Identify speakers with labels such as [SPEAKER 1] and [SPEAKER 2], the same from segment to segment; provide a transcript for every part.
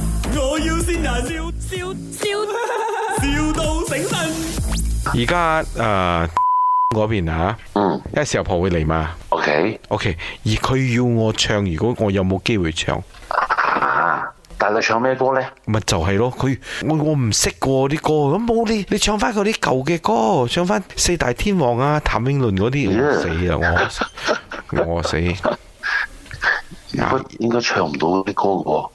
[SPEAKER 1] 要先人，笑笑笑，笑到醒神。
[SPEAKER 2] 而家誒 嗰邊啊，
[SPEAKER 3] 嗯
[SPEAKER 2] 因為時候婆會嚟嘛。
[SPEAKER 3] ，OK，
[SPEAKER 2] OK，而佢要我唱，如果我有冇機會唱，
[SPEAKER 3] 啊，但係你唱咩歌咧？
[SPEAKER 2] 咪就係咯。佢我我唔識過啲歌，咁冇你你唱翻嗰啲舊嘅歌，唱翻四大天王啊、譚詠麟嗰啲，我死啦！我我死
[SPEAKER 3] 應該應該唱唔到啲歌喎，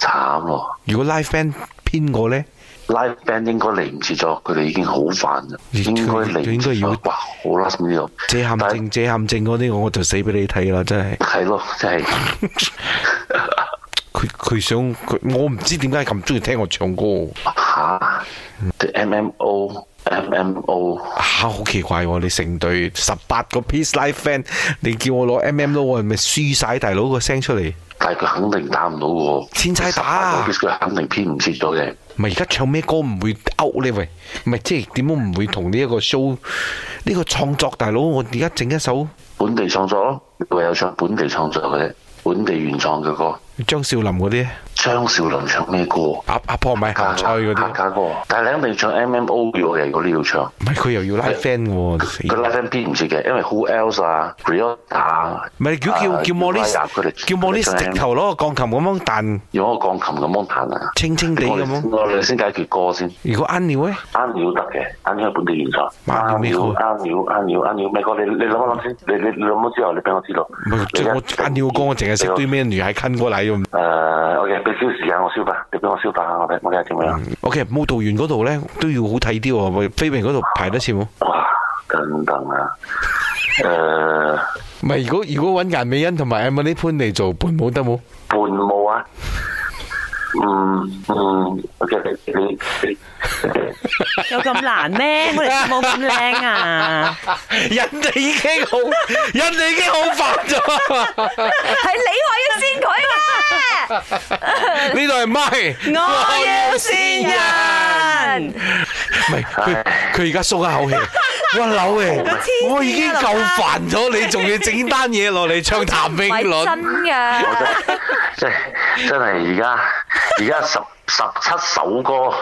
[SPEAKER 3] 慘咯
[SPEAKER 2] 如果 live band 編過呢，
[SPEAKER 3] ！live band 應該嚟唔切咗，佢哋已經好煩啦，
[SPEAKER 2] 你
[SPEAKER 3] 應該嚟
[SPEAKER 2] 佢應
[SPEAKER 3] 唔
[SPEAKER 2] 該
[SPEAKER 3] 切
[SPEAKER 2] 要
[SPEAKER 3] 咗。哇，好啦，咁呢度
[SPEAKER 2] 借陷
[SPEAKER 3] 但
[SPEAKER 2] 阱、借陷阱嗰啲，我就死俾你睇啦！真係
[SPEAKER 3] 係咯，即係
[SPEAKER 2] 佢佢想佢，我唔知點解咁中意聽我唱歌，
[SPEAKER 3] 嚇啲 MMO、MMO
[SPEAKER 2] 啊好奇怪喎！你成隊十八個 Peace Live fan，你叫我攞 M M 咯，我係咪輸晒大佬個聲出嚟？
[SPEAKER 3] 但係佢肯定打唔到喎，
[SPEAKER 2] 千差打啊
[SPEAKER 3] 佢肯定編唔切咗嘅。
[SPEAKER 2] 咪而家唱咩歌唔會 out 呢？喂，咪即係點都唔會同呢一個 show 呢個創作大佬，我而家整一首
[SPEAKER 3] 本地創作咯，唯有唱本地創作嘅啫，本地原創嘅歌。
[SPEAKER 2] 張少林嗰啲，
[SPEAKER 3] 張少麟唱咩歌？
[SPEAKER 2] 阿阿婆咪鹹菜嗰
[SPEAKER 3] 客
[SPEAKER 2] 啲，
[SPEAKER 3] 家歌。但係你肯定唱 M M O 嘅，我哋嗰啲要唱。
[SPEAKER 2] 唔係佢又要拉 fan 喎，死
[SPEAKER 3] 佢 live band 唔切嘅，因為 Who Else 啊，Rihanna 啊
[SPEAKER 2] 唔係叫叫
[SPEAKER 3] 啊
[SPEAKER 2] 叫 Morris，
[SPEAKER 3] Mariah 佢哋
[SPEAKER 2] 叫 Morris 直頭攞個鋼琴咁樣彈，
[SPEAKER 3] 用一個鋼琴咁樣彈啊。
[SPEAKER 2] 清清地咁樣。
[SPEAKER 3] 我哋先解決歌先，
[SPEAKER 2] 如果啱料咧，
[SPEAKER 3] 啱料得嘅，啱料係本地原創。
[SPEAKER 2] 啱料咩歌
[SPEAKER 3] 啱料啱料啱料咩歌？你你諗一諗先，你你你諗咗之後，你俾我知道。
[SPEAKER 2] 唔係即係我啱料歌，我淨係識堆咩女喺近過嚟咁。
[SPEAKER 3] 誒，OK，俾少少時間我消化，你俾我消化下，我睇我睇下點樣。
[SPEAKER 2] OK，舞蹈員嗰度咧都要好睇啲喎，喂飛榮嗰度排得切冇？
[SPEAKER 3] 哇，等等啊！誒、
[SPEAKER 2] 唔係，如果如果揾顏美欣同埋 Emily 潘嚟做伴舞得冇？
[SPEAKER 3] 伴舞啊，嗯嗯，OK，你你你
[SPEAKER 4] 有咁難咩？我哋冇咁靚啊！
[SPEAKER 2] 人哋已經 好，人哋已經好煩咗。
[SPEAKER 4] 係你我要
[SPEAKER 2] 呢度係咪？
[SPEAKER 4] 先佢啊！我要先人，
[SPEAKER 2] 唔係佢佢而家鬆一口氣。 哇扭
[SPEAKER 4] 黐
[SPEAKER 2] 誒！
[SPEAKER 4] 線啊
[SPEAKER 2] 我已經夠煩咗，你仲要整單嘢落嚟唱譚詠
[SPEAKER 5] 係
[SPEAKER 2] 麟
[SPEAKER 5] 真， 㗎，
[SPEAKER 3] 真 真係而家而家十十七首歌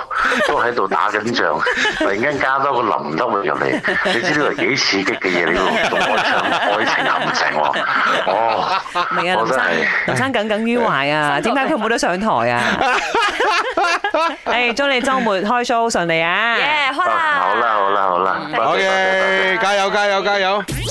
[SPEAKER 3] 都喺度打緊仗， 突然間加多個林德榮入嚟，你知呢個幾刺激嘅嘢？你呢度同我唱愛情陷阱喎，哦，
[SPEAKER 4] 明啊，
[SPEAKER 3] 我
[SPEAKER 4] 林
[SPEAKER 3] 真
[SPEAKER 4] 生
[SPEAKER 3] 係。，
[SPEAKER 4] 林生耿耿於懷啊！點解佢冇得上台啊？誒，祝你週末開 show à. 順利啊！
[SPEAKER 5] 耶，開
[SPEAKER 3] 啊
[SPEAKER 5] 啦！
[SPEAKER 4] 嗯
[SPEAKER 3] 好啦好啦好啦，多謝多謝多謝
[SPEAKER 2] OK，加油加油加油！
[SPEAKER 1] 嘿